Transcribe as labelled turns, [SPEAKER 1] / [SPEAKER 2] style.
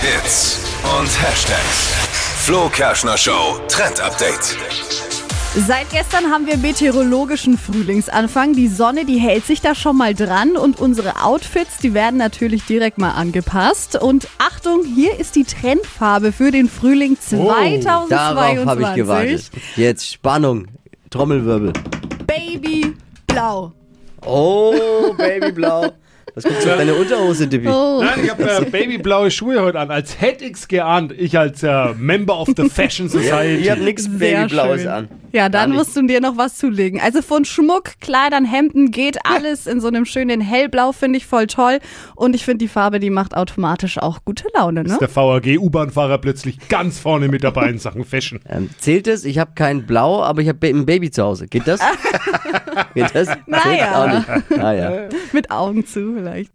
[SPEAKER 1] Hits und Hashtags. Flo Kerschner Show Trend Update.
[SPEAKER 2] Seit gestern haben wir meteorologischen Frühlingsanfang. Die Sonne, die hält sich da schon mal dran und unsere Outfits, die werden natürlich direkt mal angepasst. Und Achtung, hier ist die Trendfarbe für den Frühling
[SPEAKER 3] Oh,
[SPEAKER 2] 2022.
[SPEAKER 3] Darauf habe ich gewartet. Jetzt Spannung, Trommelwirbel.
[SPEAKER 2] Babyblau.
[SPEAKER 3] Oh, Babyblau. Was guckst du auf deine Unterhose, Dippi?
[SPEAKER 2] Oh.
[SPEAKER 4] Nein, ich habe äh, babyblaue Schuhe heute an, als hätte ich's geahnt. Ich als äh, Member of the Fashion Society.
[SPEAKER 3] Ich habe nichts
[SPEAKER 2] Sehr
[SPEAKER 3] Babyblaues
[SPEAKER 2] schön.
[SPEAKER 3] an.
[SPEAKER 2] Ja,
[SPEAKER 3] Gar
[SPEAKER 2] dann
[SPEAKER 3] nicht.
[SPEAKER 2] musst du dir noch was zulegen. Also von Schmuck, Kleidern, Hemden geht alles in so einem schönen Hellblau, finde ich voll toll. Und ich finde, die Farbe, die macht automatisch auch gute Laune, ne?
[SPEAKER 4] Der VAG-U-Bahn-Fahrer plötzlich ganz vorne mit dabei in Sachen Fashion.
[SPEAKER 3] Ähm, zählt es? Ich habe kein Blau, aber ich habe ba ein Baby zu Hause. Geht das? Geht das?
[SPEAKER 2] Naja.
[SPEAKER 3] Zählt auch nicht. Ah, Naja.
[SPEAKER 2] Mit Augen zu vielleicht.